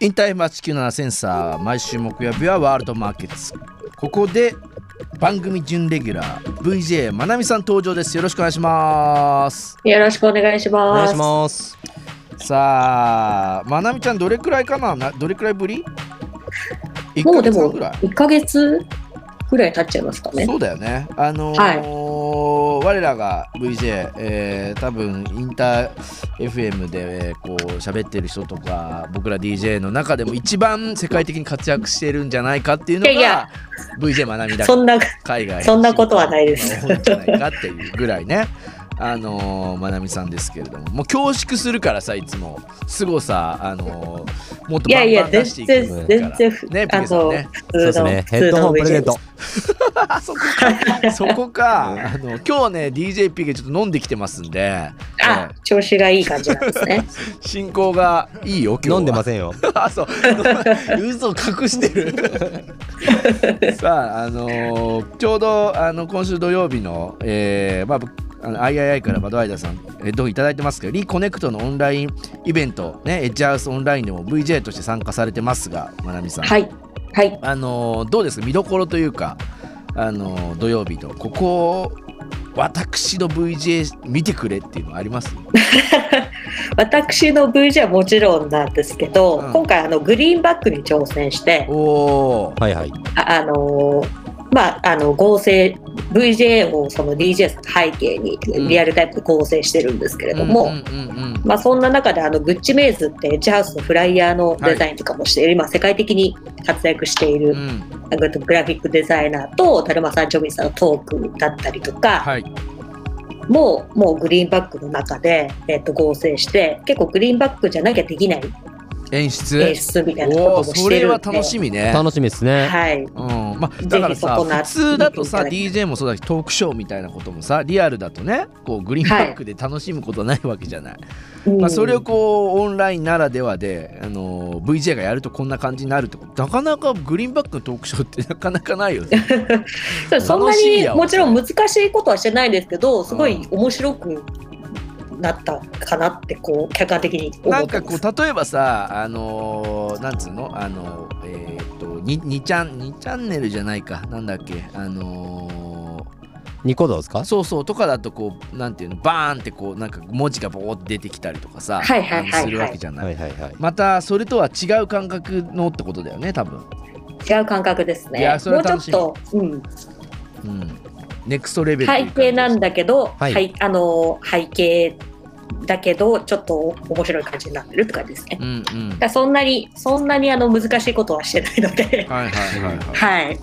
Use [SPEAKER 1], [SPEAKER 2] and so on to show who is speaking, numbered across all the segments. [SPEAKER 1] インター F897 センサー毎週木曜日はワールドマーケッツここで番組準レギュラー VJ まなみさん登場ですよろしくお願いします
[SPEAKER 2] よろしくお願いし
[SPEAKER 3] お
[SPEAKER 2] ま
[SPEAKER 3] 願い
[SPEAKER 2] す。
[SPEAKER 3] します。
[SPEAKER 1] さあまなみちゃんどれくらいかななどれくらいぶり1
[SPEAKER 2] も
[SPEAKER 1] ヶ
[SPEAKER 2] うで
[SPEAKER 1] 月半
[SPEAKER 2] も
[SPEAKER 1] くらい
[SPEAKER 2] 1ヶ月ぐらい経っちゃいますかね。
[SPEAKER 1] そうだよね。あのー我らが VJ、えー多分インター FM で、えーこう喋ってる人とか僕ら DJ の中でも一番世界的に活躍してるんじゃないかっていうのが
[SPEAKER 2] いやいや
[SPEAKER 1] VJ まなみだ
[SPEAKER 2] そんな
[SPEAKER 1] 海外
[SPEAKER 2] そんなことはないです
[SPEAKER 1] 多いんじゃないかっていうぐらい ね。あのー、まなみさんですけれどももう恐縮するからさいつも凄さあのーもっと
[SPEAKER 2] い
[SPEAKER 1] バ
[SPEAKER 2] や
[SPEAKER 1] ン
[SPEAKER 2] い
[SPEAKER 1] バ
[SPEAKER 2] や
[SPEAKER 1] ン
[SPEAKER 2] 全
[SPEAKER 1] 出していく
[SPEAKER 2] 然全
[SPEAKER 1] から
[SPEAKER 2] 然ふ
[SPEAKER 1] ねピ
[SPEAKER 2] あ
[SPEAKER 1] ケさん
[SPEAKER 2] の
[SPEAKER 1] ね
[SPEAKER 2] 普
[SPEAKER 3] そう
[SPEAKER 2] 通
[SPEAKER 3] です
[SPEAKER 2] の
[SPEAKER 3] ね。ヘ
[SPEAKER 2] 普
[SPEAKER 3] ッ
[SPEAKER 2] 通
[SPEAKER 3] ドホ
[SPEAKER 2] の
[SPEAKER 3] ンプレゼン
[SPEAKER 2] VJ で
[SPEAKER 3] ト
[SPEAKER 2] す。
[SPEAKER 1] あ そこかそこかあの今日ね DJ ピケちょっと飲んできてますんで
[SPEAKER 2] あ
[SPEAKER 1] え
[SPEAKER 2] 調子がいい感じなんです ね。
[SPEAKER 1] え進行がいいよ今日は
[SPEAKER 3] 飲んでま
[SPEAKER 1] ん
[SPEAKER 3] せんよ。
[SPEAKER 1] あそう嘘隠してる さああのーちょうどあの今週土曜日の、えーまあぶあの III からバドワイダーさんえどういただいてますけどリコネクトのオンラインイベントねエッジハウスオンラインでも VJ として参加されてますがまなみさん
[SPEAKER 2] はいはい。
[SPEAKER 1] あのーどうですか見どころというか、あのー土曜日のここを私の VJ 見てくれっていうのあります
[SPEAKER 2] 私の VJ はもちろんなんですけど、
[SPEAKER 1] うん
[SPEAKER 2] 今回あのグリーンバックに挑戦して
[SPEAKER 1] おー
[SPEAKER 3] はいはい。
[SPEAKER 2] ああのーまあ、あの合成 VJ をその DJ さん背景に
[SPEAKER 1] うん
[SPEAKER 2] リアルタイプで合成してるんですけれども、
[SPEAKER 1] うんうんうん
[SPEAKER 2] まあ、そんな中であのグッチメイズってエッジハウスのフライヤーのデザインとかもして、今世界的に活躍してい
[SPEAKER 1] うん
[SPEAKER 2] る
[SPEAKER 1] うん
[SPEAKER 2] なんかグラフィックデザイナーとだるまさんちょびさんのトークだったりとか
[SPEAKER 1] はい
[SPEAKER 2] もうもうグリーンバックの中で、えっと合成して結構グリーンバックじゃなきゃできない
[SPEAKER 1] 演出
[SPEAKER 2] 演出みたいなこと
[SPEAKER 1] お
[SPEAKER 2] も
[SPEAKER 1] お
[SPEAKER 2] し
[SPEAKER 1] そ
[SPEAKER 2] て
[SPEAKER 1] れ
[SPEAKER 2] る
[SPEAKER 1] は
[SPEAKER 2] んで
[SPEAKER 1] 楽しみね
[SPEAKER 3] 楽しみですね。
[SPEAKER 2] はい、
[SPEAKER 1] うんまあ、だから
[SPEAKER 2] ぜひ
[SPEAKER 1] さ
[SPEAKER 2] そこの
[SPEAKER 1] 普通だとさ
[SPEAKER 2] 見て
[SPEAKER 1] DJ もそうだしトークショーみたいなこともさリアルだとねこうグリーンバックで楽しむことないわけじゃない、
[SPEAKER 2] うん
[SPEAKER 1] まあ、それをこうオンラインならではで、あのー VJ がやるとこんな感じになるってことなかなかグリーンバックのトークショーってなかなかないよね。
[SPEAKER 2] そうそんな
[SPEAKER 1] 楽しみ
[SPEAKER 2] に
[SPEAKER 1] やわ
[SPEAKER 2] もちろん難しいことはしてないんですけどすごい面白くなったかなってこう客観的に思
[SPEAKER 1] な
[SPEAKER 2] っ
[SPEAKER 1] ん
[SPEAKER 2] て
[SPEAKER 1] か
[SPEAKER 2] ま
[SPEAKER 1] こ
[SPEAKER 2] す
[SPEAKER 1] う例えばさあのーなんつうのあのーえーっと 2, 2ちゃん2チャンネルじゃないかなんだっけあの
[SPEAKER 3] ニコ動ですか
[SPEAKER 1] ー？そうそうとかだとこうなんていうのバーンってこうなんか文字がボーって出てきたりとかさ
[SPEAKER 2] はいはいはいはい
[SPEAKER 1] するわけじゃない、
[SPEAKER 3] はいはいはい。
[SPEAKER 1] またそれとは違う感覚のってことだよね多分、
[SPEAKER 2] 違う感覚です
[SPEAKER 1] い
[SPEAKER 2] ね
[SPEAKER 1] やそれ
[SPEAKER 2] も
[SPEAKER 1] は
[SPEAKER 2] うちょ
[SPEAKER 1] 楽
[SPEAKER 2] っ
[SPEAKER 1] しみ
[SPEAKER 2] と、うん、
[SPEAKER 1] うん、ネクストレベルっていう感
[SPEAKER 2] 背
[SPEAKER 1] じ
[SPEAKER 2] 景なんだけど、
[SPEAKER 3] は
[SPEAKER 2] はいい、あの背景だけどちょっと面白い感じになってるって感じですね。だ
[SPEAKER 1] うんうん
[SPEAKER 2] からそんなにそんなにあの難しいことはしてないので、
[SPEAKER 1] はいはいはいはい
[SPEAKER 2] はい、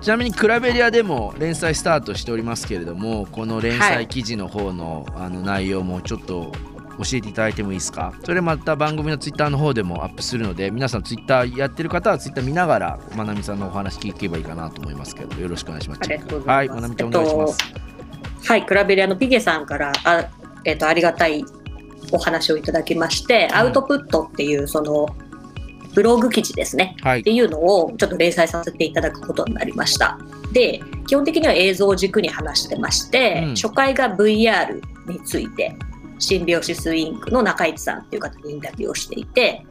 [SPEAKER 1] ちなみにクラベリアでも連載スタートしておりますけれどもこの連載記事の方の,、あの内容もちょっと教えていただいてもいいですかそれまた番組のツイッターの方でもアップするので皆さんツイッターやってる方はツイッター見ながらまなみさんのお話聞けばいいかなと思いますけどよろしくお願いします
[SPEAKER 2] ありがとうご
[SPEAKER 1] は
[SPEAKER 2] ざ
[SPEAKER 1] い
[SPEAKER 2] い
[SPEAKER 1] ま
[SPEAKER 2] ま
[SPEAKER 1] な
[SPEAKER 2] す
[SPEAKER 1] みちゃんお願いします、
[SPEAKER 2] はい、クラベリアのピゲさんからあえっ、とありがたいお話をいただきまして、
[SPEAKER 1] ん
[SPEAKER 2] アウトプットっていうそのブログ記事ですね。
[SPEAKER 1] は
[SPEAKER 2] っ
[SPEAKER 1] い
[SPEAKER 2] ていうのをちょっと連載させていただくことになりました。で基本的には映像を軸に話してまして、
[SPEAKER 1] うん
[SPEAKER 2] 初回が VR についてシンビオシスインクの中市さんっていう方にインタビューをしていて、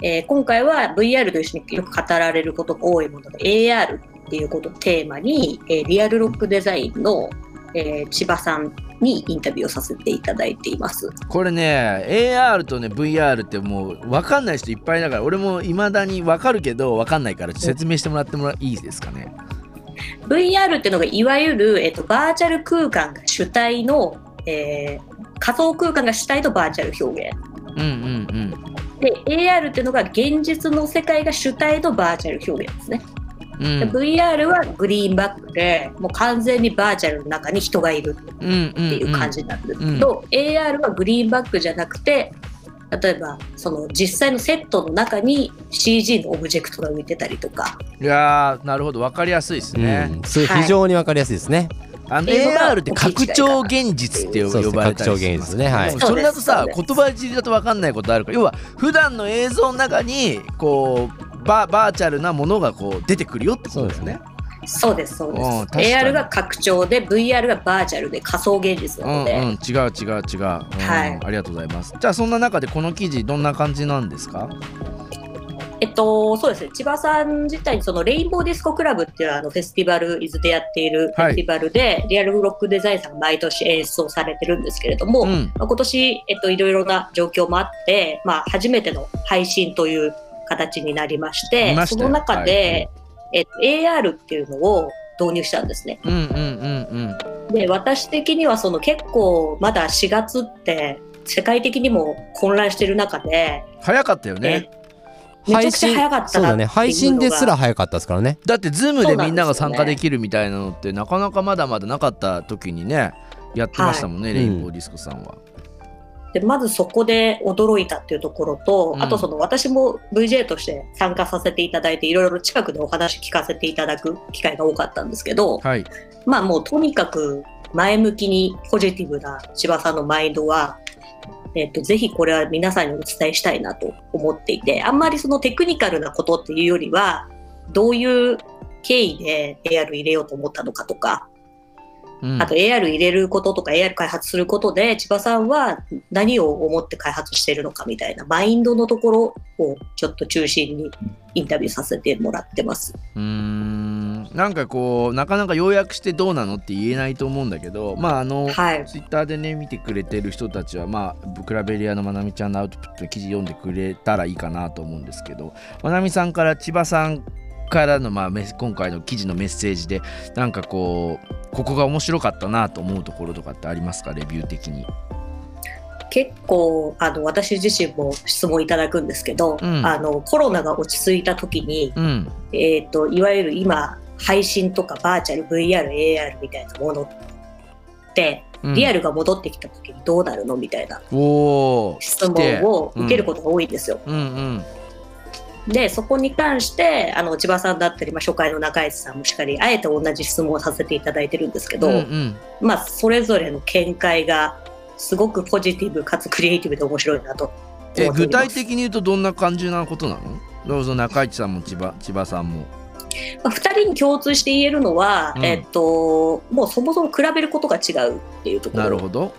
[SPEAKER 2] えー今回は VR と一緒によく語られることが多いもので AR っていうことをテーマに、えーリアルロックデザインの、えー千葉さんにインタビューをさせていただいています。
[SPEAKER 1] これね AR とね VR ってもう分かんない人いっぱいだから俺もいまだに分かるけど分かんないから説明してもらってもらいいですかね
[SPEAKER 2] VR っていうのがいわゆる、えっとバーチャル空間が主体の、えー仮想空間が主体のバーチャル表現
[SPEAKER 1] うんうんうん
[SPEAKER 2] で AR っていうのが現実の世界が主体のバーチャル表現ですね、
[SPEAKER 1] うん
[SPEAKER 2] で VR はグリーンバックでもう完全にバーチャルの中に人がいるっ
[SPEAKER 1] うんうん
[SPEAKER 2] ていう感じになるんですけど、AR はグリーンバックじゃなくて例えばその実際のセットの中に CG のオブジェクトが浮いてたりとか
[SPEAKER 1] いやーなるほど分かりやすいですね、
[SPEAKER 3] うん。すごい非常にわかりやすいですね。
[SPEAKER 1] あの
[SPEAKER 2] っていうのが
[SPEAKER 1] AR って拡張現実って呼
[SPEAKER 3] そうですね
[SPEAKER 1] 呼ばれたり
[SPEAKER 3] 拡張
[SPEAKER 1] し
[SPEAKER 3] 現実
[SPEAKER 1] ま
[SPEAKER 3] ですす
[SPEAKER 1] け
[SPEAKER 3] ね
[SPEAKER 1] ど
[SPEAKER 3] はい
[SPEAKER 1] それだとさ
[SPEAKER 2] そうですそうで
[SPEAKER 1] 言葉尻だと分かんないことあるから要は普段の映像の中にこうババーチャルなものがこう出てくるよってことですね。
[SPEAKER 2] そうですそうです
[SPEAKER 1] うん確かに
[SPEAKER 2] AR が拡張で VR がバーチャルで仮想現実
[SPEAKER 1] う
[SPEAKER 2] なの
[SPEAKER 1] ん
[SPEAKER 2] で、
[SPEAKER 1] うん違う違う違う、うん
[SPEAKER 2] はい
[SPEAKER 1] ありがとうございます。じゃあそんな中でこの記事どんな感じなんですか？
[SPEAKER 2] えっと、そうですね千葉さん自体にそのレインボーディスコクラブっていうあのフェスティバル伊豆でやっているフ
[SPEAKER 1] はい
[SPEAKER 2] ェスティバルで、リアルロックデザインさんが毎年演奏されてるんですけれど
[SPEAKER 1] う
[SPEAKER 2] も、
[SPEAKER 1] ん
[SPEAKER 2] まあ今年、えっと、いろいろな状況もあって、まあ、初めての配信という形になりまして
[SPEAKER 1] 見まし
[SPEAKER 2] そ
[SPEAKER 1] たよ
[SPEAKER 2] の中で、えっと、AR っていうのを導入したんですね。
[SPEAKER 1] うんうんうん
[SPEAKER 2] で私的にはその結構まだ4月って世界的にも混乱してる中で、
[SPEAKER 1] 早かったよ
[SPEAKER 2] え
[SPEAKER 1] ね
[SPEAKER 2] めちゃくちゃ早かったなっていうのが
[SPEAKER 3] そうだね。配信ですら早かったですからね。
[SPEAKER 1] だってズーム
[SPEAKER 2] そ
[SPEAKER 1] で
[SPEAKER 2] うなんですよね
[SPEAKER 1] みんなが参加できるみたいなのってなかなかまだまだなかった時にねやってましたもんね、
[SPEAKER 3] い
[SPEAKER 1] レインボーディスコさんは、
[SPEAKER 2] でまずそこで驚いたっていうところと、
[SPEAKER 1] うん
[SPEAKER 2] あとその私も VJ として参加させていただいていろいろ近くでお話聞かせていただく機会が多かったんですけど、
[SPEAKER 1] はい
[SPEAKER 2] まあもうとにかく前向きにポジティブな千葉さんのマインドは、えっと、ぜひこれは皆さんにお伝えしたいなと思っていてあんまりそのテクニカルなことっていうよりはどういう経緯で AR 入れようと思ったのかとか
[SPEAKER 1] うん
[SPEAKER 2] あと AR 入れることとか AR 開発することで千葉さんは何を思って開発しているのかみたいなマインドのところをちょっと中心にインタビューさせてもらってます。
[SPEAKER 1] うーんなんかこうなかなか要約してどうなのって言えないと思うんだけどまああの、
[SPEAKER 2] はい、
[SPEAKER 1] ツイッターでね見てくれてる人たちはまあブクラベリアのまなみちゃんのアウトプットの記事読んでくれたらいいかなと思うんですけどまなみさんから千葉さんからのまあメス今回の記事のメッセージでなんかこうここが面白かったなと思うところとかってありますかレビュー的に。
[SPEAKER 2] 結構あの私自身も質問いただくんですけど、
[SPEAKER 1] うん
[SPEAKER 2] あのコロナが落ち着いた時に、
[SPEAKER 1] うん、
[SPEAKER 2] えっといわゆる今配信とかバーチャル VRAR みたいなものって
[SPEAKER 1] うん
[SPEAKER 2] リアルが戻ってきた時にどうなるのみたいな
[SPEAKER 1] おー
[SPEAKER 2] 質
[SPEAKER 1] 来て
[SPEAKER 2] 問を
[SPEAKER 1] うん
[SPEAKER 2] 受けることが多いんですよ。
[SPEAKER 1] うんうん
[SPEAKER 2] でそこに関してあの千葉さんだったり、まあ、初回の中市さんもしっかりあえて同じ質問をさせていただいてるんですけど、
[SPEAKER 1] うんうん
[SPEAKER 2] まあ、それぞれの見解がすごくポジティブかつクリエイティブで面白いなと
[SPEAKER 1] え
[SPEAKER 2] 思って
[SPEAKER 1] 具
[SPEAKER 2] おります
[SPEAKER 1] 体的に言うとどんな感じなことなのどうぞ中市さんも千葉千葉さんも。
[SPEAKER 2] まあ、2人に共通して言えるのは、
[SPEAKER 1] うん
[SPEAKER 2] えっと、もうそもそも比べることが違うっていうとこ
[SPEAKER 1] なる
[SPEAKER 2] ろ
[SPEAKER 1] ほど。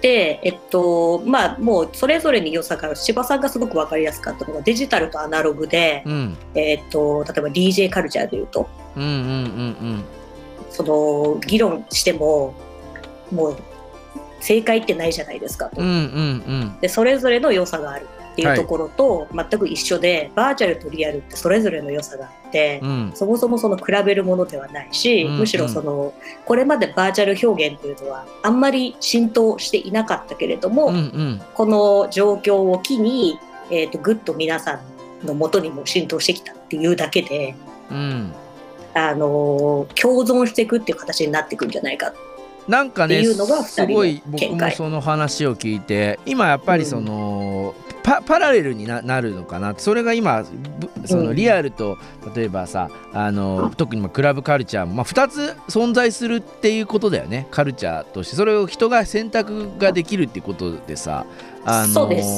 [SPEAKER 2] で、えっとまあ、もうそれぞれに良さがある千葉さんがすごく分かりやすかったのがデジタルとアナログで、
[SPEAKER 1] うん
[SPEAKER 2] えっと、例えば DJ カルチャーでいうと
[SPEAKER 1] うんうんうん
[SPEAKER 2] その議論してももう正解ってないじゃないですかと、
[SPEAKER 1] うんうんうんうん
[SPEAKER 2] でそれぞれの良さがあるっていうところと全く一緒で、バーチャルとリアルってそれぞれの良さがあって、
[SPEAKER 1] うん
[SPEAKER 2] そもそもその比べるものではないし、
[SPEAKER 1] うん
[SPEAKER 2] むしろそのこれまでバーチャル表現というのはあんまり浸透していなかったけれども、
[SPEAKER 1] うんうん
[SPEAKER 2] この状況を機に、えー、とぐっと皆さんの元にも浸透してきたっていうだけで、
[SPEAKER 1] うん
[SPEAKER 2] あのー共存していくっていう形になっていくんじゃないか
[SPEAKER 1] なんか
[SPEAKER 2] っ
[SPEAKER 1] ね
[SPEAKER 2] ていうのが
[SPEAKER 1] すごい
[SPEAKER 2] 二人の
[SPEAKER 1] 僕
[SPEAKER 2] 見
[SPEAKER 1] も
[SPEAKER 2] 解
[SPEAKER 1] その話を聞いて今やっぱりその、パパラレルにななるのかなそれが今ぶそうの
[SPEAKER 2] ん
[SPEAKER 1] リアルと例えばさあの特にまあクラブカルチャーも、まあ、2つ存在するっていうことだよねカルチャーとしてそれを人が選択ができるってことでさあの
[SPEAKER 2] そうです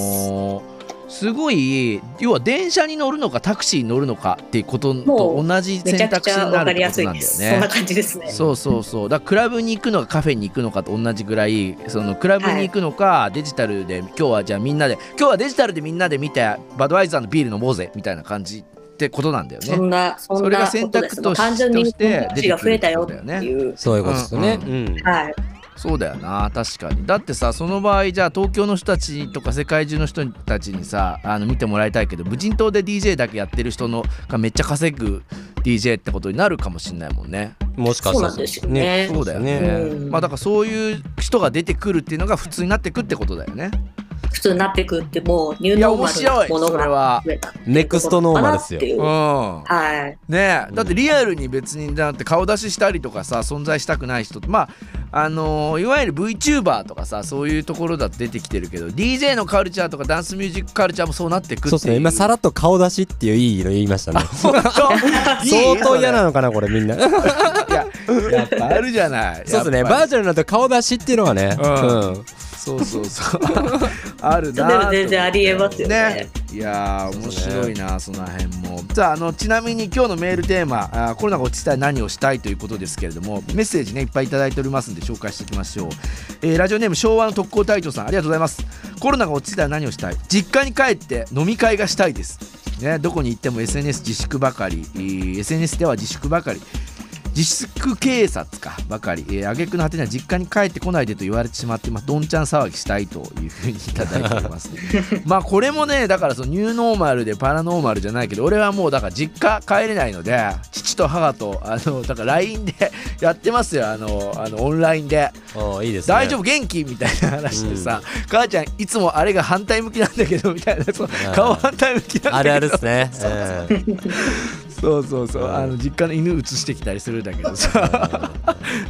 [SPEAKER 1] ごい要は電車に乗るのかタクシーに乗るのかっていうことと同じ
[SPEAKER 2] めち
[SPEAKER 1] 選
[SPEAKER 2] ゃく
[SPEAKER 1] 択
[SPEAKER 2] ち
[SPEAKER 1] 肢
[SPEAKER 2] ゃ
[SPEAKER 1] になる
[SPEAKER 2] 分か
[SPEAKER 1] って
[SPEAKER 2] りや
[SPEAKER 1] こと
[SPEAKER 2] すい
[SPEAKER 1] なんだ
[SPEAKER 2] で
[SPEAKER 1] よ
[SPEAKER 2] す、
[SPEAKER 1] ね。
[SPEAKER 2] そんな感じですね
[SPEAKER 1] そうそうそうだからクラブに行くのかカフェに行くのかと同じぐらいそのクラブに行くのか、デジタルで今日はじゃあみんなで今日はデジタルでみんなで見てバドワイザーのビール飲もうぜみたいな感じってことなんだよ
[SPEAKER 2] そ
[SPEAKER 1] ね。
[SPEAKER 2] んなそ
[SPEAKER 1] そ
[SPEAKER 2] ん
[SPEAKER 1] れが
[SPEAKER 2] な
[SPEAKER 1] 選
[SPEAKER 2] こと
[SPEAKER 1] 択
[SPEAKER 2] で
[SPEAKER 1] と
[SPEAKER 2] す
[SPEAKER 1] し
[SPEAKER 2] もう単純に
[SPEAKER 1] として
[SPEAKER 2] 選択肢が増えたよって
[SPEAKER 1] 出てく
[SPEAKER 2] いう、
[SPEAKER 3] そういうことですよね。
[SPEAKER 1] うん
[SPEAKER 3] うん
[SPEAKER 2] はい、
[SPEAKER 1] そうだよな確かにだってさその場合じゃあ東京の人たちとか世界中の人たちにさあの見てもらいたいけど無人島で DJ だけやってる人のがめっちゃ稼ぐ DJ ってことになるかもしんないもんね。
[SPEAKER 3] もしかした
[SPEAKER 2] そう
[SPEAKER 3] ら
[SPEAKER 2] なんですよね
[SPEAKER 1] そうだよね。
[SPEAKER 2] うん
[SPEAKER 1] まあだからそういう人が出てくるっていうのが普通になってくってことだよね。
[SPEAKER 2] 普通になってくってもうニュー
[SPEAKER 1] いや
[SPEAKER 2] ノー
[SPEAKER 1] 面
[SPEAKER 2] マ
[SPEAKER 1] 白
[SPEAKER 2] ルないもの
[SPEAKER 1] それ
[SPEAKER 2] が
[SPEAKER 1] は。
[SPEAKER 2] 増えた
[SPEAKER 3] ネクストノーマルですよ
[SPEAKER 2] っていうう、
[SPEAKER 1] ん。
[SPEAKER 2] はい、
[SPEAKER 1] ね
[SPEAKER 3] う
[SPEAKER 1] え
[SPEAKER 3] ん
[SPEAKER 1] だってリアルに別にだって顔出ししたりとかさ存在したくない人ってまああのーいわゆる VTuber とかさそういうところだと出てきてるけど DJ のカルチャーとかダンスミュージックカルチャーもそうなってくってい
[SPEAKER 3] そうですね。今さらっと顔出しっていういい色言いましたね。
[SPEAKER 1] 本当
[SPEAKER 3] 相当嫌な
[SPEAKER 1] の
[SPEAKER 3] のかなこれみんな。 そう
[SPEAKER 1] やっぱあるじゃない
[SPEAKER 3] ですね。
[SPEAKER 1] やっぱり
[SPEAKER 3] バーチャルになると顔出しっていうのはね。
[SPEAKER 1] うん
[SPEAKER 3] うん
[SPEAKER 1] そうそうそう あるなと
[SPEAKER 2] それ
[SPEAKER 1] 思っ
[SPEAKER 2] も
[SPEAKER 1] て
[SPEAKER 2] 全然ありえますよね
[SPEAKER 1] いやー
[SPEAKER 3] そう
[SPEAKER 1] 面
[SPEAKER 3] ですね
[SPEAKER 1] 白いなその辺もさああのちなみに今日のメールテーマあーコロナが落ち着いたら何をしたいということですけれどもメッセージねいっぱいいただいておりますんで紹介していきましょう、えーラジオネーム昭和の特攻隊長さんありがとうございますコロナが落ち着いたら何をしたい実家に帰って飲み会がしたいですね、どこに行っても SNS 自粛ばかり、えー SNS では自粛ばかり、自粛警察かばかり、えー、挙句の果てには実家に帰ってこないでと言われてしまって、まあ、どんちゃん騒ぎしたいというふうにいただいております、 まあこれもねだからそのニューノーマルでパラノーマルじゃないけど俺はもうだから実家帰れないので父と母とあのだから LINE でやってますよあのあのオンラインで。
[SPEAKER 3] おーいいですね
[SPEAKER 1] 大丈夫元気みたいな話でさ、母ちゃんいつもあれが反対向きなんだけどみたいなそう
[SPEAKER 3] ー
[SPEAKER 1] 顔反対向きなんだけど
[SPEAKER 3] あるあるですね うん
[SPEAKER 1] そうそうそう、
[SPEAKER 3] うん
[SPEAKER 1] あの実家の犬移してきたりするんだけどさ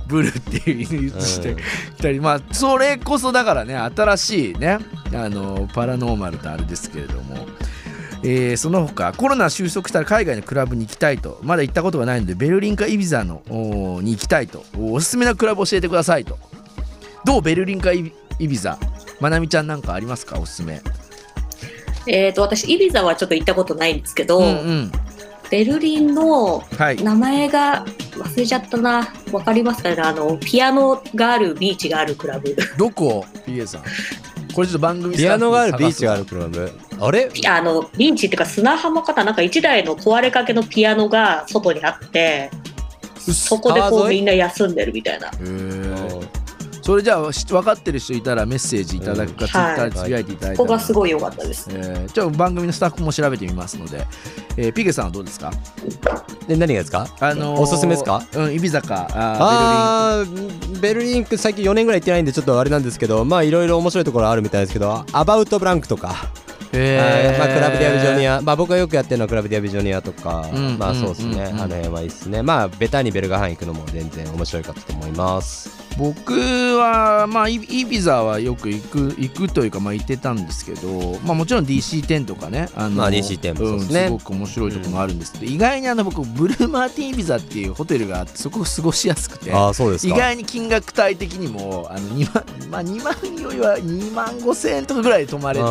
[SPEAKER 1] ブルっていう犬移してきたり、まあそれこそだからね新しいねあのパラノーマルとあれですけれども。えーその他コロナ収束したら海外のクラブに行きたいとまだ行ったことがないのでベルリンかイビザのおーに行きたいとおおすすめのクラブ教えてくださいとどうベルリンかイビイビザまなみちゃんなんかありますかおすすめ
[SPEAKER 2] えっ、と、私、イビザはちょっと行ったことないんですけど、
[SPEAKER 1] うんうん
[SPEAKER 2] ベルリンの
[SPEAKER 1] はい
[SPEAKER 2] 名前が忘れちゃったな。わかりますかねあの、ピアノがあるビーチがあるクラブ。
[SPEAKER 1] どこ PA さんこれちょっと番組スタッフに
[SPEAKER 3] ピアノがあるビー
[SPEAKER 1] 探す
[SPEAKER 3] チがあるクラブあれ
[SPEAKER 2] ピあの、ビーチっていうか砂浜かななんか一台の壊れかけのピアノが外にあって、そこでこう
[SPEAKER 3] 川沿い
[SPEAKER 2] みんな休んでるみたいな。
[SPEAKER 1] へ
[SPEAKER 3] お
[SPEAKER 1] ー
[SPEAKER 3] ー
[SPEAKER 1] それじゃあし分かってる人いたらメッセージいただくか、
[SPEAKER 2] うん
[SPEAKER 1] ツイッター
[SPEAKER 2] はい
[SPEAKER 1] でつぶやいていただいた
[SPEAKER 2] ここ
[SPEAKER 1] ら、
[SPEAKER 2] がすごい良かったです。
[SPEAKER 1] えーちょっと番組のスタッフも調べてみますので、えーピゲさんはどうですか、
[SPEAKER 3] で何がですか
[SPEAKER 1] あのー
[SPEAKER 3] おすすめですか
[SPEAKER 1] うん、イビザかあ
[SPEAKER 3] あーベルリンク最近4年ぐらい行ってないんでちょっとあれなんですけどまあいろいろ面白いところあるみたいですけどアバウトブランクとか、
[SPEAKER 1] ーベルリン、
[SPEAKER 3] あーまあ、クラブディアビジョニ
[SPEAKER 1] ア
[SPEAKER 3] ア、まあ、僕がよくやってるのはクラブディアビジョニアとか、
[SPEAKER 1] うん
[SPEAKER 3] まあそうですね、
[SPEAKER 1] うんうん
[SPEAKER 3] あの辺はいいですねまあベタにベルガハン行くのも全然面白いかと思います
[SPEAKER 1] 僕は、まあ、イイビザはよく行く行くというか、まあ、行ってたんですけど、まあ、もちろん DC10 とかね、あの
[SPEAKER 3] まあ DC10 もそうですね
[SPEAKER 1] んすごく面白いところもあるんですけど、意外にあの僕ブルーマーティンイビザっていうホテルがあってそこ過ごしやすくて
[SPEAKER 3] ああそうです
[SPEAKER 1] 意
[SPEAKER 3] か
[SPEAKER 1] 外に金額帯的にもあの2万,、まあ、2万よりは2万5千円とかぐらいで泊まれて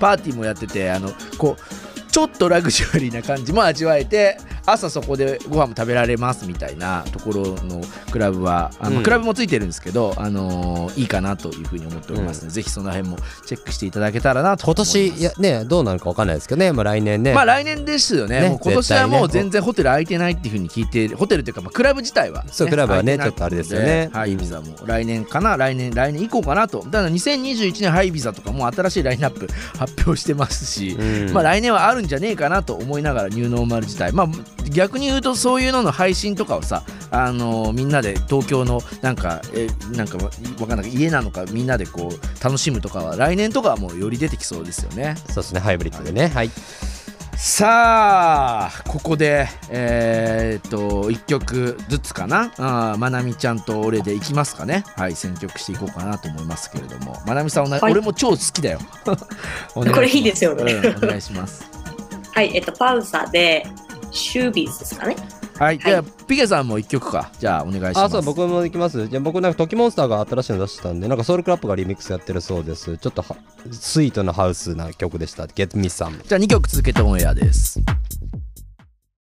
[SPEAKER 1] パーティーもやっててあのこうちょっとラグジュアリーな感じも味わえて朝そこでご飯も食べられますみたいなところのクラブはあの、
[SPEAKER 3] うん
[SPEAKER 1] クラブもついてるんですけど、あのーいいかなというふうに思っておりますので、ぜひその辺もチェックしていただけたらなと思
[SPEAKER 3] 今
[SPEAKER 1] います
[SPEAKER 3] 年いやねどうなるかわかんないですけどね、まあ、来年ね、
[SPEAKER 1] まあ来年ですよね
[SPEAKER 3] ね
[SPEAKER 1] もう今年は
[SPEAKER 3] 絶対ね
[SPEAKER 1] もう全然ホテル空いてないっていうふうに聞いてホテルというかまあクラブ自体は、
[SPEAKER 3] そうクラブはね
[SPEAKER 1] 空いてない
[SPEAKER 3] ちょっとあれですよね
[SPEAKER 1] はい
[SPEAKER 3] うん
[SPEAKER 1] イビザも来年かな来年来年以降かなとただ2021年ハイビザとかもう新しいラインナップ 発表してますし、
[SPEAKER 3] うん
[SPEAKER 1] まあ来年はあるんじゃねえかなと思いながらニューノーマル自体まあ逆に言うとそういうのの配信とかをさあのーみんなで東京のなんかえなんかわかんない家なのかみんなでこう楽しむとかは来年とかはもうより出てきそうですよね。
[SPEAKER 3] そうですねハイブリッドでねはい
[SPEAKER 1] さあここでえーっと1曲ずつかなあーまなみちゃんと俺でいきますかねはい選曲していこうかなと思いますけれどもまなみさんおな、
[SPEAKER 2] はい
[SPEAKER 1] 俺も超好きだ よこ
[SPEAKER 2] これいいですよね
[SPEAKER 1] お願いします
[SPEAKER 2] はい、えっと、パウサで、シュービーズですかね。
[SPEAKER 1] はいじゃあピケさんも1曲かじゃあお願いします
[SPEAKER 3] あそう僕も行きますじゃあ僕なんか時モンスターが新しいの出してたんでなんかソウルクラップがリミックスやってるそうですちょっとはスイートなハウスな曲でした Get Me Some
[SPEAKER 1] じゃあ2曲続けてオンエアです